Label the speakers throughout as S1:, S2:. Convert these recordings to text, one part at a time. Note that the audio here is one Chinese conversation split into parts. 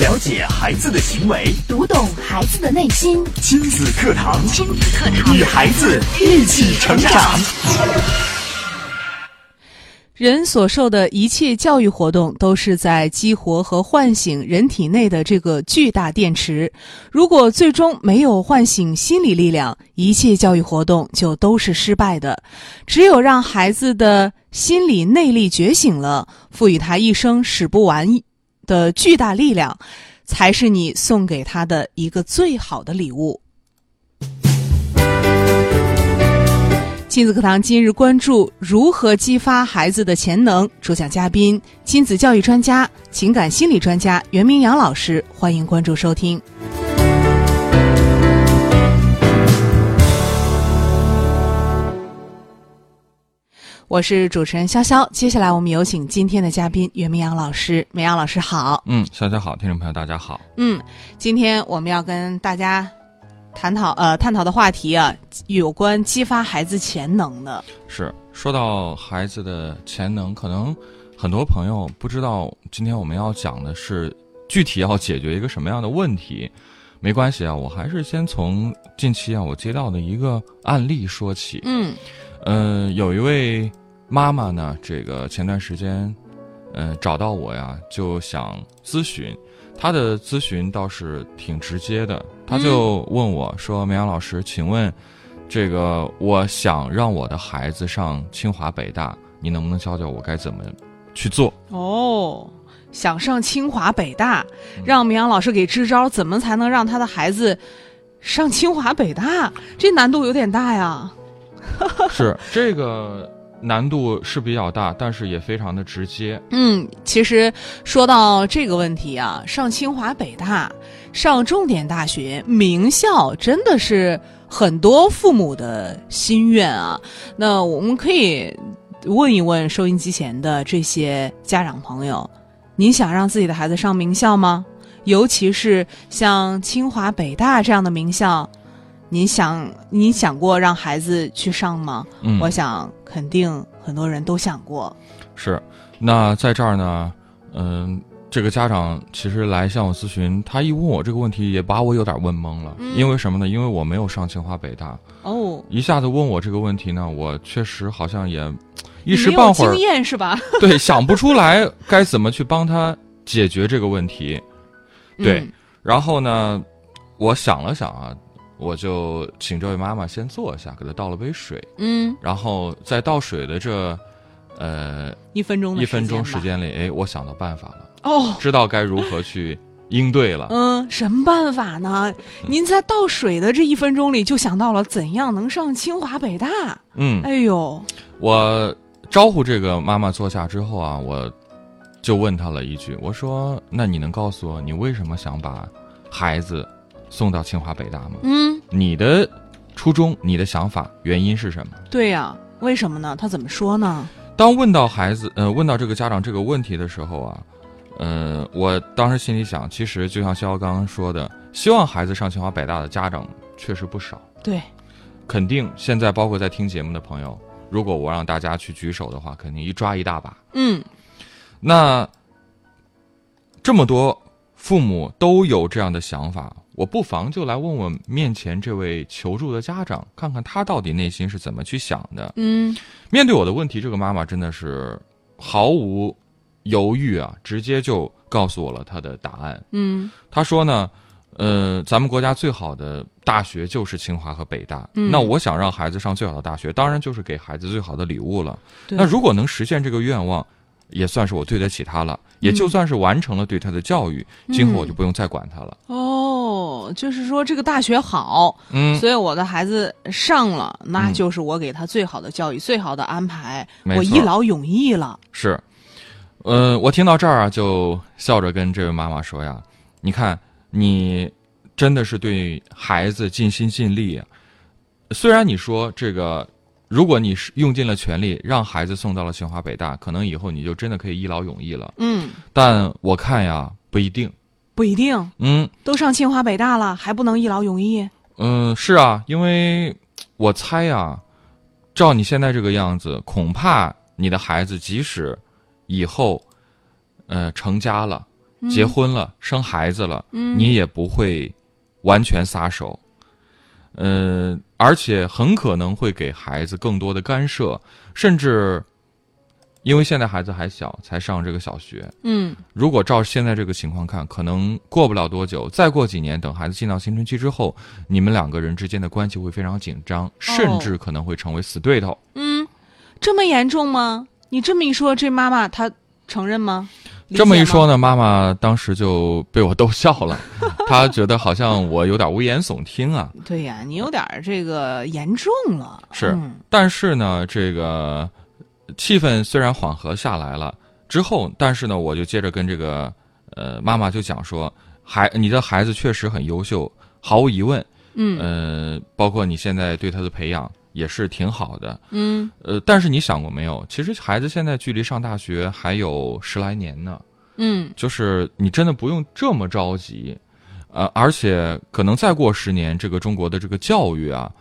S1: 了解孩子的行为，
S2: 读懂孩子的内心，
S1: 亲子课堂，
S2: 亲子课堂
S1: 与孩子一起成长。
S3: 人所受的一切教育活动都是在激活和唤醒人体内的这个巨大电池。如果最终没有唤醒心理力量，一切教育活动就都是失败的。只有让孩子的心理内力觉醒了，赋予他一生使不完的巨大力量，才是你送给他的一个最好的礼物。亲子课堂今日关注：如何激发孩子的潜能？主讲嘉宾：亲子教育专家、情感心理专家袁明阳老师。欢迎关注收听。我是主持人潇潇，接下来我们有请今天的嘉宾袁明阳老师。明阳老师好，
S4: 嗯，大家好，听众朋友大家好。
S3: 嗯，今天我们要跟大家探讨呃探讨的话题啊，有关激发孩子潜能的。
S4: 是说到孩子的潜能，可能很多朋友不知道今天我们要讲的是具体要解决一个什么样的问题。没关系啊，我还是先从近期啊我接到的一个案例说起。
S3: 嗯
S4: 嗯、有一位妈妈呢，这个前段时间，嗯，找到我呀，就想咨询。她的咨询倒是挺直接的，她就问我说：“梅阳老师，请问，这个我想让我的孩子上清华北大，你能不能教教我该怎么去做
S3: 哦，想上清华北大，让明阳老师给支招，怎么才能让他的孩子上清华北大？这难度有点大呀。？”
S4: 是这个难度是比较大，但是也非常的直接。
S3: 嗯，其实说到这个问题啊，上清华北大、上重点大学、名校，真的是很多父母的心愿啊。那我们可以问一问收音机前的这些家长朋友，您想让自己的孩子上名校吗？尤其是像清华、北大这样的名校，您想您想过让孩子去上吗？
S4: 嗯，
S3: 我想肯定很多人都想过。
S4: 是，那在这儿呢，嗯，这个家长其实来向我咨询，他一问我这个问题，也把我有点问懵了。
S3: 嗯
S4: 因为什么呢？因为我没有上清华北大，
S3: 哦，
S4: 一下子问我这个问题呢，我确实好像也一
S3: 你
S4: 时
S3: 没有
S4: 半会儿
S3: 经验是吧？
S4: 对想不出来该怎么去帮他解决这个问题。对
S3: 嗯
S4: 然后呢，我想了想啊，我就请这位妈妈先坐一下，给她倒了杯水，
S3: 嗯，
S4: 然后在倒水的这呃
S3: 一分钟的
S4: 一分钟时
S3: 吧
S4: 间里，哎，我想到办法了。
S3: 哦，
S4: 知道该如何去应对了。
S3: 嗯，什么办法呢？
S4: 嗯
S3: 您在倒水的这一分钟里就想到了怎样能上清华北大？
S4: 嗯，
S3: 哎呦，
S4: 我招呼这个妈妈坐下之后啊，我就问她了一句，我说：“那你能告诉我你为什么想把孩子送到清华北大吗？
S3: 嗯，
S4: 你的初衷、你的想法、原因是什么
S3: 对呀、为什么呢？他怎么说呢？？”
S4: 当问到孩子，呃，问到这个家长这个问题的时候啊，呃，我当时心里想，其实就像肖刚刚说的，希望孩子上清华北大的家长确实不少。
S3: 对，
S4: 肯定现在包括在听节目的朋友，如果我让大家去举手的话，肯定一抓一大把。
S3: 嗯，
S4: 那这么多父母都有这样的想法，我不妨就来问问面前这位求助的家长，看看他到底内心是怎么去想的。
S3: 嗯，
S4: 面对我的问题，这个妈妈真的是毫无犹豫啊，直接就告诉我了她的答案。
S3: 嗯，
S4: 他说呢，呃，咱们国家最好的大学就是清华和北大。
S3: 嗯
S4: 那我想让孩子上最好的大学，当然就是给孩子最好的礼物了。
S3: 对
S4: 那如果能实现这个愿望，也算是我对得起他了，也
S3: 嗯
S4: 就算是完成了对他的教育。今后我就不用再管他了。
S3: 哦，就是说这个大学好，
S4: 嗯，
S3: 所以我的孩子上了，那
S4: 嗯
S3: 就是我给他最好的教育、最好的安排，
S4: 没
S3: 我
S4: 错
S3: 一劳永逸了。
S4: 是，呃，我听到这儿啊，就笑着跟这位妈妈说呀：“你看，你真的是对孩子尽心尽力啊、虽然你说这个，如果你是用尽了全力让孩子送到了清华北大，可能以后你就真的可以一劳永逸了。
S3: 嗯，
S4: 但我看呀，不一定。
S3: 不一定，
S4: 嗯
S3: 都上清华北大了，还不能一劳永逸？
S4: 嗯、呃是啊，因为我猜呀，照你现在这个样子，恐怕你的孩子即使以后，呃，成家了。结婚了、生孩子了，
S3: 嗯
S4: 你也不会完全撒手。呃，而且很可能会给孩子更多的干涉，甚至因为现在孩子还小，才上这个小学，
S3: 嗯
S4: 如果照现在这个情况看，可能过不了多久，再过几年，等孩子进到青春期之后，你们两个人之间的关系会非常紧张，甚至可能会成为死对头。
S3: 嗯，这么严重吗？你这么一说，这妈妈她承认吗？
S4: 这么一说
S3: 呢，
S4: 呢，妈妈当时就被我逗笑了，她觉得好像我有点危言耸听啊。
S3: 对呀、你有点儿这个严重了。
S4: 是
S3: 嗯
S4: 但是呢，这个气氛虽然缓和下来了之后，但是呢，我就接着跟这个呃妈妈就讲说，孩你的孩子确实很优秀，毫无疑问，
S3: 嗯
S4: 呃，包括你现在对他的培养也是挺好的，
S3: 嗯
S4: 呃，但是你想过没有，其实孩子现在距离上大学还有十来年呢，
S3: 嗯
S4: 就是你真的不用这么着急，呃，而且可能再过十年，这个中国的这个教育啊，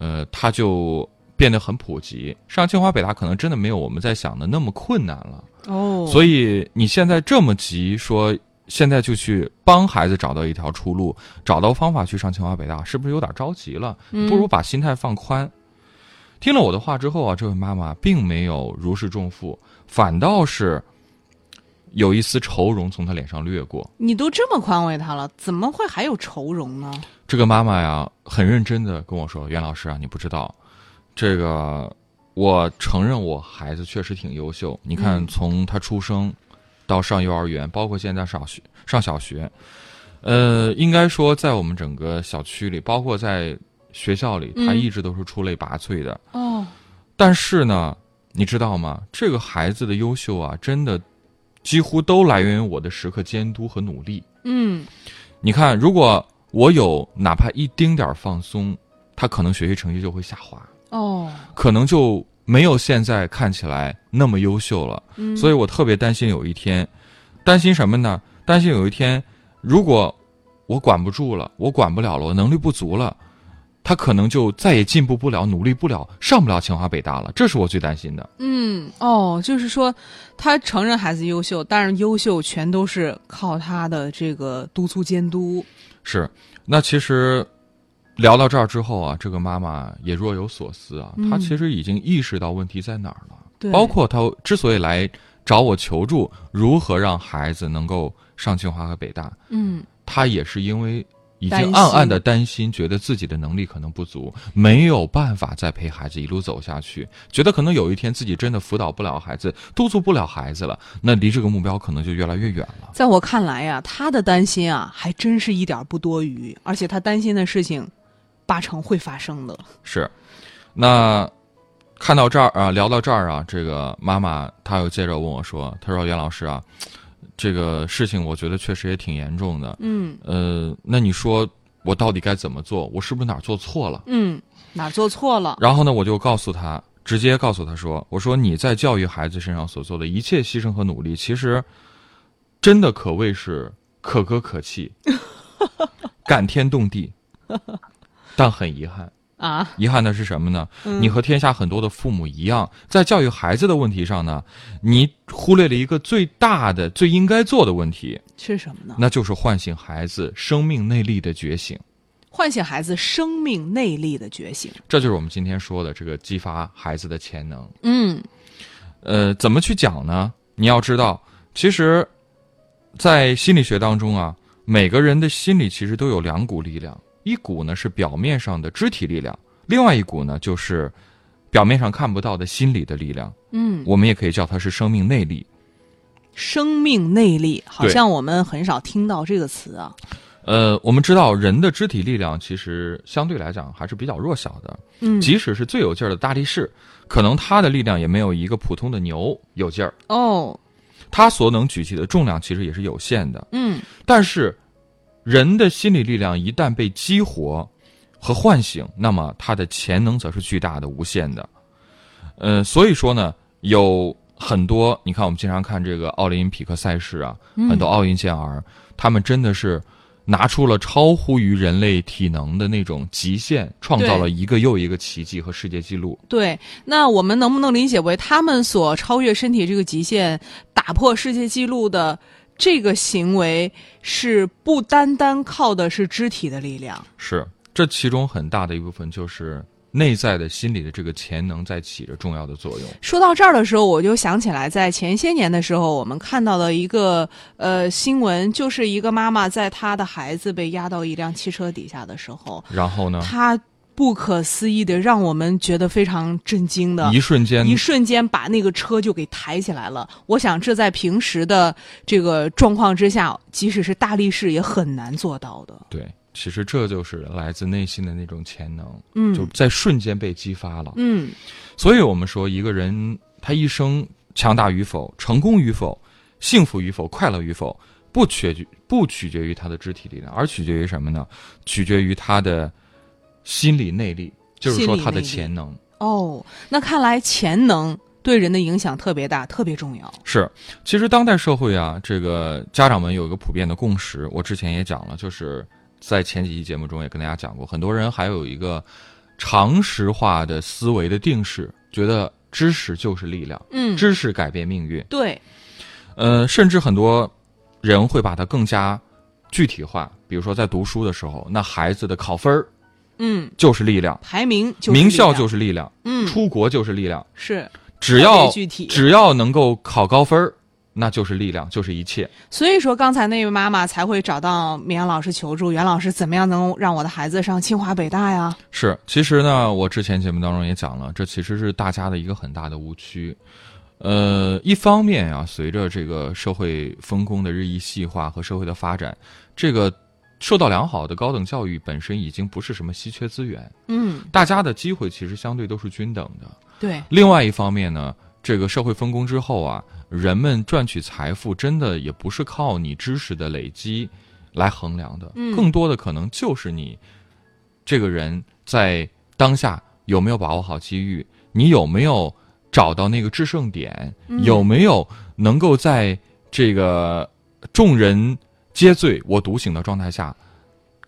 S4: 呃，它就变得很普及，上清华北大可能真的没有我们在想的那么困难了。
S3: 哦，
S4: 所
S3: 以
S4: 以你现在这么急说，现在就去帮孩子找到一条出路，找到方法去上清华北大，是不是有点着急了？
S3: 嗯
S4: 不如把心态放宽。听了我的话之后啊，这位妈妈并没有如释重负，反倒是有一丝愁容从她脸上掠过。
S3: 你都这么宽慰她了，怎么会还有愁容呢？
S4: 这个妈妈呀，很认真的跟我说：“袁老师啊，你不知道，这个我承认我孩子确实挺优秀。你看，
S3: 嗯
S4: 从他出生到上幼儿园，包括现在上学上小学，呃，应该说在我们整个小区里，包括在学校里，他
S3: 嗯
S4: 一直都是出类拔萃的。
S3: 哦，
S4: 但是呢，你知道吗？这个孩子的优秀啊，真的几乎都来源于我的时刻监督和努力。
S3: 嗯
S4: 你看，如果我有哪怕一丁点儿放松，他可能学习成绩就会下滑，
S3: 哦，
S4: 可能就没有现在看起来那么优秀了。
S3: 嗯
S4: 所以我特别担心有一天，担心什么呢？担心有一天，如果我管不住了，我管不了了，我能力不足了，他可能就再也进步不了，努力不了，上不了清华北大了。这是我最担心的。
S3: 嗯哦，就是说他承认孩子优秀，但是优秀全都是靠他的这个督促监督。
S4: 是，那其实聊到这儿之后啊，这个妈妈也若有所思啊，
S3: 嗯
S4: 她其实已经意识到问题在哪儿了。
S3: 对，
S4: 包括她之所以来找我求助，如何让孩子能够上清华和北大，
S3: 嗯
S4: 她也是因为已
S3: 担
S4: 经
S3: 心
S4: 暗暗的担心，觉得自己的能力可能不足，没有办法再陪孩子一路走下去，觉得可能有一天自己真的辅导不了孩子，督促不了孩子了，那离这个目标可能就越来越远了。
S3: 在我看来呀、他的担心啊，还真是一点儿不多余，而且他担心的事情，八成会发生的。
S4: 是，那看到这儿啊，聊到这儿啊，这个妈妈她又接着问我说：“她说袁老师啊，这个事情我觉得确实也挺严重的，
S3: 嗯
S4: 呃，那你说我到底该怎么做？我是不是哪儿做错了
S3: 嗯，哪儿做错了？”？
S4: 然后呢，我就告诉她，直接告诉她说：“我说你在教育孩子身上所做的一切牺牲和努力，其实真的可谓是可歌可泣，感天动地，但很遗憾。”
S3: 啊，
S4: 遗憾的是什么呢？
S3: 嗯
S4: 你和天下很多的父母一样，在教育孩子的问题上呢，你忽略了一个最大的、最应该做的问题，
S3: 是什么呢？
S4: 那就是唤醒孩子生命内力的觉醒。
S3: 唤醒孩子生命内力的觉醒。
S4: 这就是我们今天说的这个激发孩子的潜能。
S3: 嗯
S4: 呃，怎么去讲呢？你要知道，其实，在心理学当中啊，每个人的心里其实都有两股力量，一股呢是表面上的肢体力量，另外一股呢就是表面上看不到的心理的力量。
S3: 嗯，
S4: 我们也可以叫它是生命内力。
S3: 生命内力好
S4: 对
S3: 像我们很少听到这个词啊。
S4: 呃，我们知道人的肢体力量其实相对来讲还是比较弱小的，
S3: 嗯，
S4: 即使是最有劲儿的大力士，可能他的力量也没有一个普通的牛有劲儿，
S3: 哦，
S4: 他所能举起的重量其实也是有限的。
S3: 嗯
S4: 但是，人的心理力量一旦被激活和唤醒，那么他的潜能则是巨大的、无限的。呃，所以说呢，有很多你看，我们经常看这个奥林匹克赛事啊，很多奥运健儿，他们真的是拿出了超乎于人类体能的那种极限，创造了一个又一个奇迹和世界纪录。
S3: 对，那我们能不能理解为他们所超越身体这个极限、打破世界纪录的这个行为是不单单靠的是肢体的力量。
S4: 是，这其中很大的一部分就是内在的心理的这个潜能在起着重要的作用。
S3: 说到这儿的时候，我就想起来，在前些年的时候，我们看到的一个呃新闻，就是一个妈妈在她的孩子被压到一辆汽车底下的时候，
S4: 然后呢，
S3: 她不可思议的让我们觉得非常震惊的
S4: 一瞬间
S3: 一瞬间把那个车就给抬起来了。我想这在平时的这个状况之下，即使是大力士也很难做到的。
S4: 对，其实这就是来自内心的那种潜能，
S3: 嗯
S4: 就在瞬间被激发了。
S3: 嗯，
S4: 所以我们说，一个人他一生强大与否、成功与否、幸福与否、快乐与否，不取决不取决于他的肢体力量，而取决于什么呢？取决于他的心理内力，就是说他的潜能。
S3: 哦，那看来潜能对人的影响特别大，特别重要。
S4: 是，其实当代社会啊，这个家长们有一个普遍的共识，我之前也讲了，就是在前几期节目中也跟大家讲过，很多人还有一个常识化的思维的定式，觉得知识就是力量，
S3: 嗯，
S4: 知识改变命运。
S3: 对，
S4: 呃，甚至很多人会把它更加具体化，比如说在读书的时候，那孩子的考分儿
S3: 嗯，
S4: 就是力量，
S3: 排名就是
S4: 名校就是是力量，
S3: 嗯
S4: 出国就是力量，
S3: 是，
S4: 只要
S3: 别具体
S4: 只要能够考高分儿，那就是力量，就是一切。
S3: 所以说刚才那位妈妈才会找到绵阳老师求助，袁老师怎么样能让我的孩子上清华北大呀？
S4: 是，其实呢，我之前节目当中也讲了，这其实是大家的一个很大的误区。呃，一方面啊，随着这个社会分工的日益细化和社会的发展，这个受到良好的高等教育本身已经不是什么稀缺资源，
S3: 嗯，
S4: 大家的机会其实相对都是均等的。
S3: 对，
S4: 另外一方面呢，这个社会分工之后啊，人们赚取财富真的也不是靠你知识的累积来衡量的，
S3: 嗯
S4: 更多的可能就是你这个人在当下有没有把握好机遇，你有没有找到那个制胜点，
S3: 嗯
S4: 有没有能够在这个众人皆醉我独醒的状态下，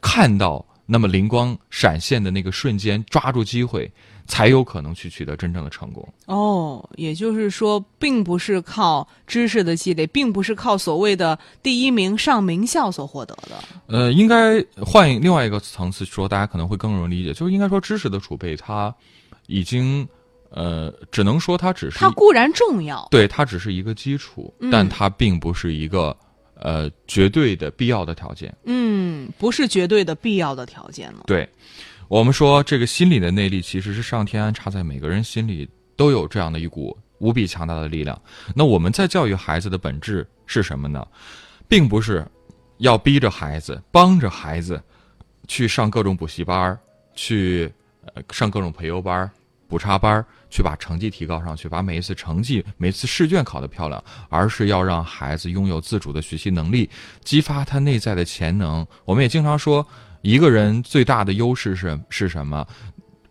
S4: 看到那么灵光闪现的那个瞬间，抓住机会，才有可能去取得真正的成功。
S3: 哦，也就是说，并不是靠知识的积累，并不是靠所谓的第一名上名校所获得的。
S4: 呃，应该换另外一个层次说，大家可能会更容易理解，就是应该说知识的储备，它已经呃，只能说它只是
S3: 它固然重要，
S4: 对它只是一个基础，
S3: 嗯
S4: 但它并不是一个呃绝对的必要的条件。
S3: 嗯，不是绝对的必要的条件了。
S4: 对，我们说这个心理的内力其实是上天安插在每个人心里都有这样的一股无比强大的力量。那我们在教育孩子的本质是什么呢？并不是要逼着孩子、帮着孩子去上各种补习班儿，去呃上各种培优班儿、补差班儿，去把成绩提高上去，把每一次成绩、每次试卷考得漂亮，而是要让孩子拥有自主的学习能力，激发他内在的潜能。我们也经常说，一个人最大的优势是是什么？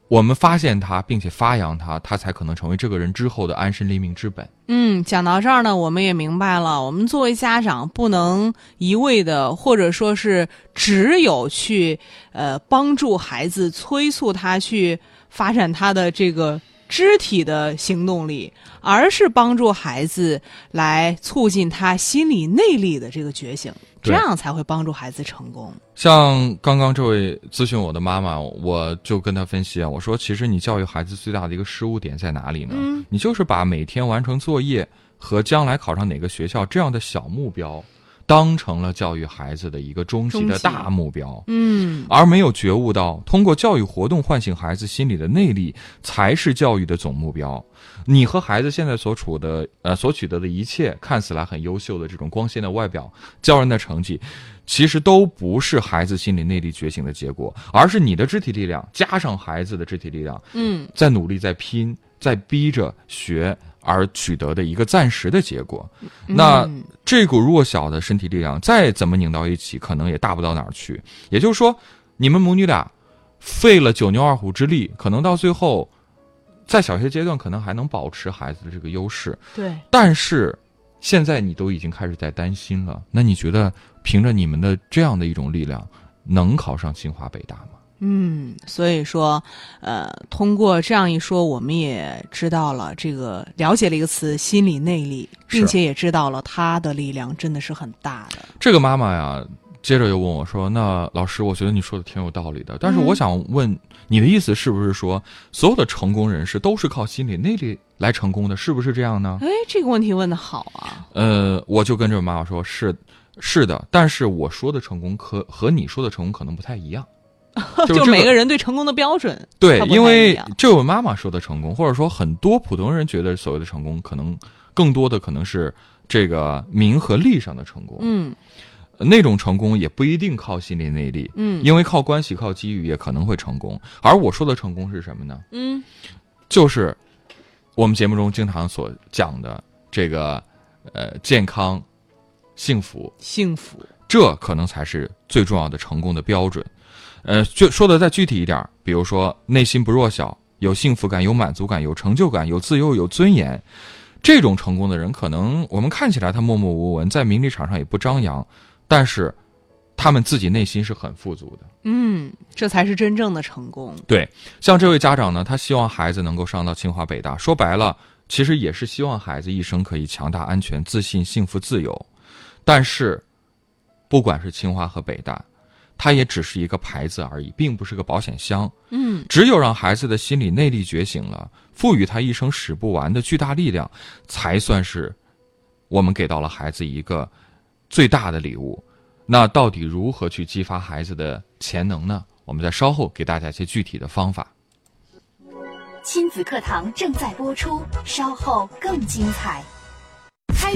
S4: 我们发现他，并且发扬他，他才可能成为这个人之后的安身立命之本。
S3: 嗯，讲到这儿呢，我们也明白了，我们作为家长不能一味的，或者说是只有去呃帮助孩子，催促他去发展他的这个肢体的行动力，而是帮助孩子来促进他心理内力的这个觉醒，这
S4: 对
S3: 样才会帮助孩子成功。
S4: 像刚刚这位咨询我的妈妈，我就跟她分析啊，我说其实你教育孩子最大的一个失误点在哪里呢？你就是把每天完成作业和将来考上哪个学校这样的小目标，当成了教育孩子的一个终极
S3: 终
S4: 的
S3: 极
S4: 大目标，
S3: 嗯，
S4: 而没有觉悟到通过教育活动唤醒孩子心理的内力才是教育的总目标。你和孩子现在所处的呃所取得的一切，看起来很优秀的这种光鲜的外表、骄人的成绩，其实都不是孩子心理内力觉醒的结果，而是你的肢体力量加上孩子的肢体力量，
S3: 嗯，
S4: 在努力、在拼、在逼着学而取得的一个暂时的结果。那这股弱小的身体力量再怎么拧到一起，可能也大不到哪儿去。也就是说，你们母女俩费了九牛二虎之力，可能到最后，在小学阶段可能还能保持孩子的这个优势，
S3: 对，
S4: 但是现在你都已经开始在担心了。那你觉得凭着你们的这样的一种力量，能考上清华北大吗？
S3: 嗯，所以说，呃，通过这样一说，我们也知道了这个了解了一个词“心理内力”，
S4: 是
S3: 并且也知道了它的力量真的是很大的。
S4: 这个妈妈呀，接着又问我说：“那老师，我觉得你说的挺有道理的，但是我
S3: 嗯
S4: 想问，你的意思是不是说，所有的成功人士都是靠心理内力来成功的，是不是这样呢
S3: 哎，这个问题问的好啊！”？
S4: 呃，我就跟这位妈妈说：“是，是的，但是我说的成功可和你说的成功可能不太一 样，是
S3: 就
S4: 这
S3: 每个人对成功的标准，
S4: 对
S3: 它，不太
S4: 因
S3: 一
S4: 为
S3: 样
S4: 这位妈妈说的成功，或者说很多普通人觉得所谓的成功，可能更多的可能是这个名和利上的成功，呃
S3: 嗯
S4: 那种成功也不一定靠心理内力，
S3: 嗯
S4: 因为靠关系、靠机遇也可能会成功。而我说的成功是什么呢？
S3: 嗯
S4: 就是我们节目中经常所讲的这个呃健康、幸福，
S3: 幸福，
S4: 这可能才是最重要的成功的标准。呃，就说的再具体一点儿，比如说内心不弱小，有幸福感、有满足感、有成就感、有自由、有尊严，这种成功的人，可能我们看起来他默默无闻，在名利场上也不张扬，但是他们自己内心是很富足的。
S3: 嗯，这才是真正的成功。
S4: 对，像这位家长呢，他希望孩子能够上到清华北大，说白了，其实也是希望孩子一生可以强大、安全、自信、幸福、自由。但是，不管是清华和北大，它也只是一个牌子而已，并不是个保险箱。
S3: 嗯
S4: 只有让孩子的心理内力觉醒了，赋予他一生使不完的巨大力量，才算是我们给到了孩子一个最大的礼物。那到底如何去激发孩子的潜能呢？我们在稍后给大家一些具体的方法。
S2: 亲子课堂正在播出，稍后更精彩。开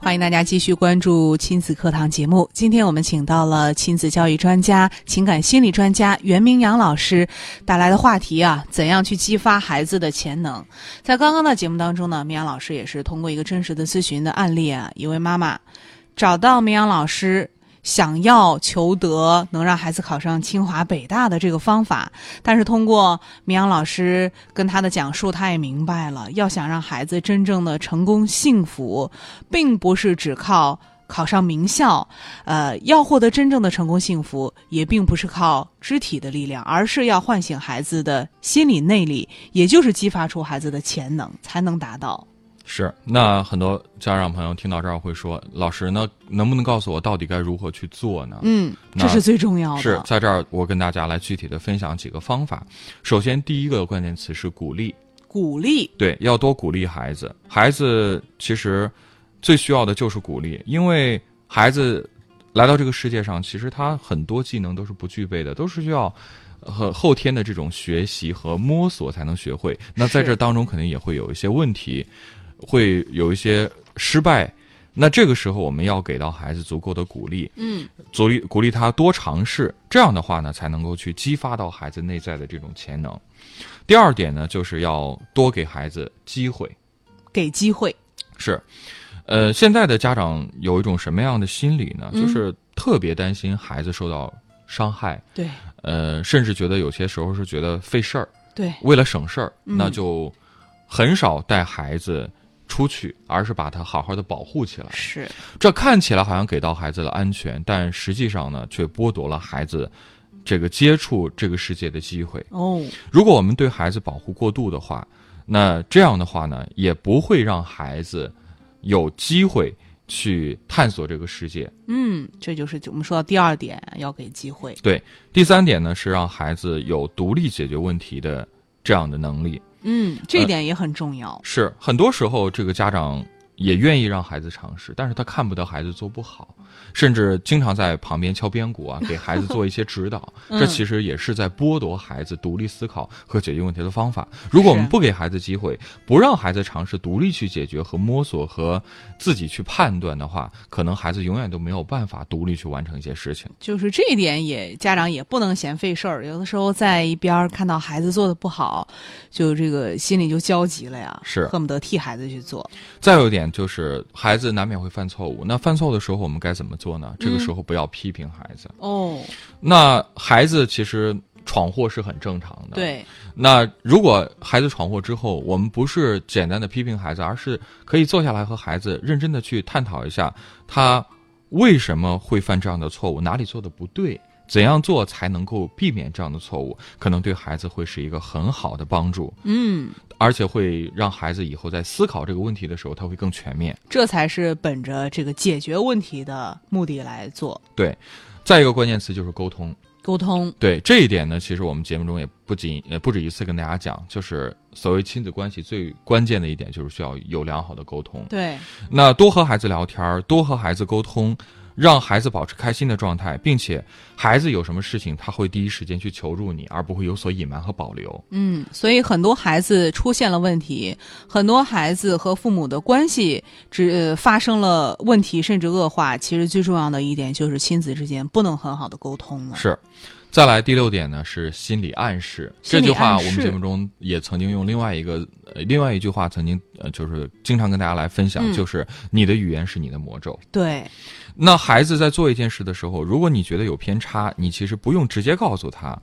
S3: 欢迎大家继续关注亲子课堂节目。今天我们请到了亲子教育专家、情感心理专家袁明阳老师带来的话题啊，怎样去激发孩子的潜能？在刚刚的节目当中呢，明阳老师也是通过一个真实的咨询的案例啊，一位妈妈找到明阳老师。想要求得能让孩子考上清华北大的这个方法，但是通过明阳老师跟他的讲述，他也明白了，要想让孩子真正的成功幸福，并不是只靠考上名校，呃，要获得真正的成功幸福，也并不是靠肢体的力量，而是要唤醒孩子的心理内力，也就是激发出孩子的潜能，才能达到。
S4: 是，那很多家长朋友听到这儿会说：“老师，那能不能告诉我到底该如何去做呢？”
S3: 嗯，
S4: 那
S3: 这是最重要的。
S4: 是在这儿，我跟大家来具体的分享几个方法。首先，第一个关键词是鼓励，
S3: 鼓励。
S4: 对，要多鼓励孩子。孩子其实最需要的就是鼓励，因为孩子来到这个世界上，其实他很多技能都是不具备的，都是需要和后天的这种学习和摸索才能学会。那在
S3: 是
S4: 这当中，肯定也会有一些问题，会有一些失败。那这个时候，我们要给到孩子足够的鼓励，
S3: 嗯
S4: 鼓励鼓励他多尝试，这样的话呢，才能够去激发到孩子内在的这种潜能。第二点呢，就是要多给孩子机会。
S3: 给机会。
S4: 是，呃，现在的家长有一种什么样的心理呢？
S3: 嗯
S4: 就是特别担心孩子受到伤害，
S3: 对
S4: 呃，甚至觉得有些时候是觉得费事儿，
S3: 对，
S4: 为了省事儿，
S3: 嗯
S4: 那就很少带孩子出去，而是把他好好的保护起来。
S3: 是
S4: 这看起来好像给到孩子了安全，但实际上呢，却剥夺了孩子这个接触这个世界的机会。
S3: 哦，
S4: 如果我们对孩子保护过度的话，那这样的话呢，也不会让孩子有机会去探索这个世界。
S3: 嗯，这就是我们说到第二点，要给机会。
S4: 第三点呢，是让孩子有独立解决问题的这样的能力。
S3: 嗯，这一点也很重要。
S4: 是很多时候，这个家长也愿意让孩子尝试，但是他看不得孩子做不好，甚至经常在旁边敲边鼓啊，给孩子做一些指导。这其实也是在剥夺孩子独立思考和解决问题的方法。如果我们
S3: 是
S4: 不给孩子机会，不让孩子尝试独立去解决和摸索和自己去判断的话，可能孩子永远都没有办法独立去完成一些事情。
S3: 就是这一点也家长也不能嫌费事儿，有的时候在一边儿看到孩子做的不好，就这个心里就焦急了呀，
S4: 是
S3: 恨不得替孩子去做。
S4: 再有一点就是，孩子难免会犯错误。那犯错误的时候，我们该怎么做呢？这个时候不要批评孩子。
S3: 哦，
S4: 那孩子其实闯祸是很正常的。。
S3: 对，
S4: 那如果孩子闯祸之后，我们不是简单的批评孩子，而是可以坐下来和孩子认真的去探讨一下，他为什么会犯这样的错误，哪里做的不对，怎样做才能够避免这样的错误，可能对孩子会是一个很好的帮助，
S3: 嗯，
S4: 而且会让孩子以后在思考这个问题的时候，他会更全面。
S3: 这才是本着这个解决问题的目的来做
S4: 对，再一个关键词就是沟通。
S3: 沟通。
S4: 对这一点呢，其实我们节目中也不仅也不止一次跟大家讲，就是所谓亲子关系最关键的一点就是需要有良好的沟通。
S3: 对，
S4: 那多和孩子聊天儿，多和孩子沟通，让孩子保持开心的状态，并且孩子有什么事情，他会第一时间去求助你，而不会有所隐瞒和保留。
S3: 嗯，所以很多孩子出现了问题，很多孩子和父母的关系只、呃发生了问题，甚至恶化。其实最重要的一点就是亲子之间不能很好的沟通了。
S4: 是。再来第六点呢是心理暗示，
S3: 心
S4: 这
S3: 理
S4: 句话
S3: 暗
S4: 我们
S3: 示
S4: 节目中也曾经用另外一个呃另外一句话曾经呃就是经常跟大家来分享，
S3: 嗯
S4: 就是你的语言是你的魔咒。
S3: 对，
S4: 那孩子在做一件事的时候，如果你觉得有偏差，你其实不用直接告诉他，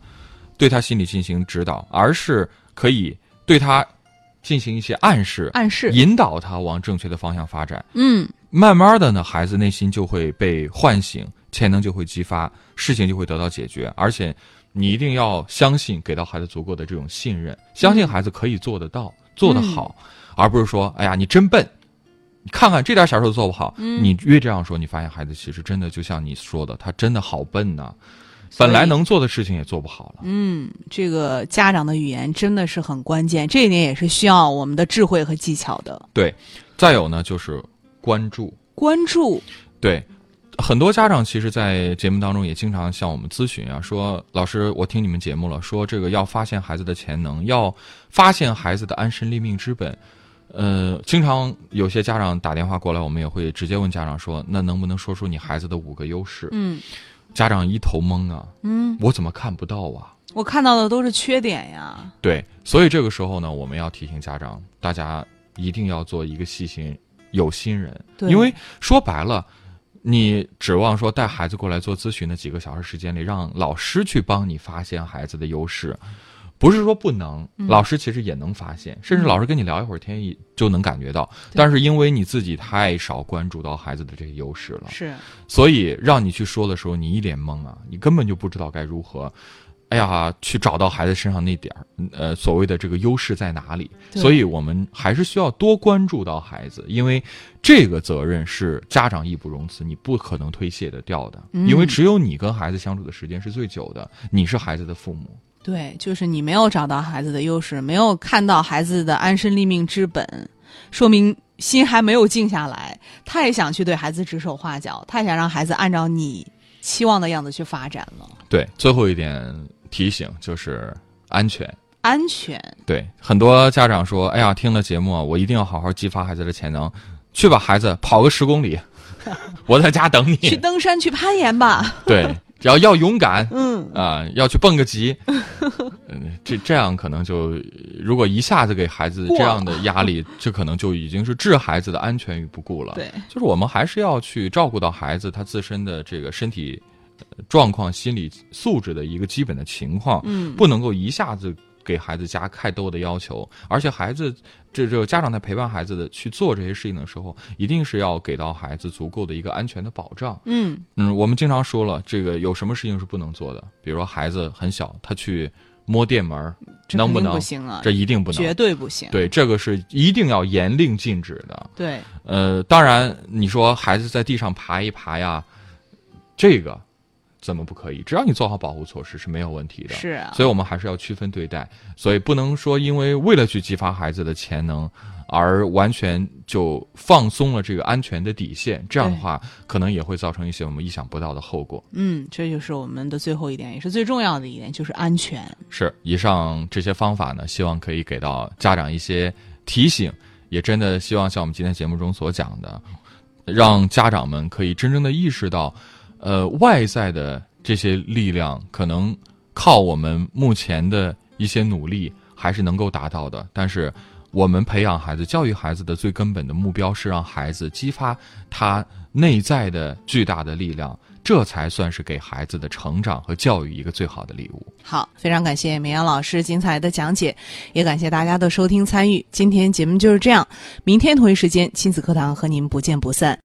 S4: 对他心理进行指导，而是可以对他进行一些暗示，
S3: 暗示，
S4: 引导他往正确的方向发展。
S3: 嗯，
S4: 慢慢的呢，孩子内心就会被唤醒，潜能就会激发，事情就会得到解决。而且，你一定要相信，给到孩子足够的这种信任，
S3: 嗯
S4: 相信孩子可以做得到，做得好，而不是说，哎呀，你真笨。你看看这点小事都做不好，
S3: 嗯
S4: 你越这样说，你发现孩子其实真的就像你说的，他真的好笨呐、
S3: 所以
S4: 本来能做的事情也做不好了。
S3: 嗯，这个家长的语言真的是很关键，这一点也是需要我们的智慧和技巧的
S4: 对，再有呢就是关注，
S3: 关注。
S4: 对，很多家长其实，在节目当中也经常向我们咨询啊，说老师，我听你们节目了，说这个要发现孩子的潜能，要发现孩子的安身立命之本。呃，经常有些家长打电话过来，我们也会直接问家长说，那能不能说出你孩子的五个优势？
S3: 嗯
S4: 家长一头懵啊，
S3: 嗯，
S4: 我怎么看不到啊？
S3: 我看到的都是缺点呀。
S4: 对，所以这个时候呢，我们要提醒家长，大家一定要做一个细心、有心人，
S3: 对
S4: 因为说白了。你指望说带孩子过来做咨询的几个小时时间里，让老师去帮你发现孩子的优势，不是说不能，老师其实也能发现，甚至老师跟你聊一会儿天也就能感觉到。但是因为你自己太少关注到孩子的这些优势了，
S3: 是，
S4: 所以让你去说的时候，你一脸懵啊，你根本就不知道该如何，哎呀，去找到孩子身上那点儿，呃，所谓的这个优势在哪里？
S3: 对
S4: 所以我们还是需要多关注到孩子，因为这个责任是家长义不容辞，你不可能推卸得掉的，
S3: 嗯
S4: 因为只有你跟孩子相处的时间是最久的，你是孩子的父母。
S3: 对，就是你没有找到孩子的优势，没有看到孩子的安身立命之本，说明心还没有静下来，太想去对孩子指手画脚，太想让孩子按照你期望的样子去发展了。
S4: 对，最后一点提醒就是安全。
S3: 安全，
S4: 对，很多家长说：“哎呀，听了节目啊，我一定要好好激发孩子的潜能，去吧，孩子，跑个十公里， 我在家等
S3: 去
S4: 你。
S3: 登山，去攀岩吧。”
S4: 对，只要要勇敢
S3: 嗯，
S4: 啊、要去蹦个极，嗯，这这样可能就，如果一下子给孩子这样的压力，这可能就已经是置孩子的安全于不顾了。
S3: 对，
S4: 就是我们还是要去照顾到孩子他自身的这个身体呃状况、心理素质的一个基本的情况，
S3: 嗯，
S4: 不能够一下子给孩子加太多的要求，而且孩子这这家长在陪伴孩子的去做这些事情的时候，一定是要给到孩子足够的一个安全的保障。
S3: 嗯，
S4: 嗯，我们经常说了，这个有什么事情是不能做的，比如说孩子很小，他去摸电门儿，
S3: 这
S4: 能
S3: 肯定
S4: 能？
S3: 不行啊，
S4: 这一定不
S3: 绝
S4: 能。
S3: 对不行。
S4: 对，这个是一定要严令禁止的。
S3: 对
S4: 呃，当然，你说孩子在地上爬一爬呀，这个怎么不可以？只要你做好保护措施是没有问题的。
S3: 是啊
S4: 所以我们还是要区分对待，所以不能说因为为了去激发孩子的潜能，而完全就放松了这个安全的底线。这样的话，可能也会造成一些我们意想不到的后果。
S3: 嗯，这就是我们的最后一点，也是最重要的一点，就是安全。
S4: 是，以上这些方法呢，希望可以给到家长一些提醒，也真的希望像我们今天节目中所讲的，让家长们可以真正的意识到，呃，外在的这些力量可能靠我们目前的一些努力还是能够达到的，但是。我们培养孩子、教育孩子的最根本的目标是让孩子激发他内在的巨大的力量，这才算是给孩子的成长和教育一个最好的礼物。
S3: 好，非常感谢明阳老师精彩的讲解，也感谢大家的收听参与。今天节目就是这样，明天同一时间亲子课堂和您不见不散。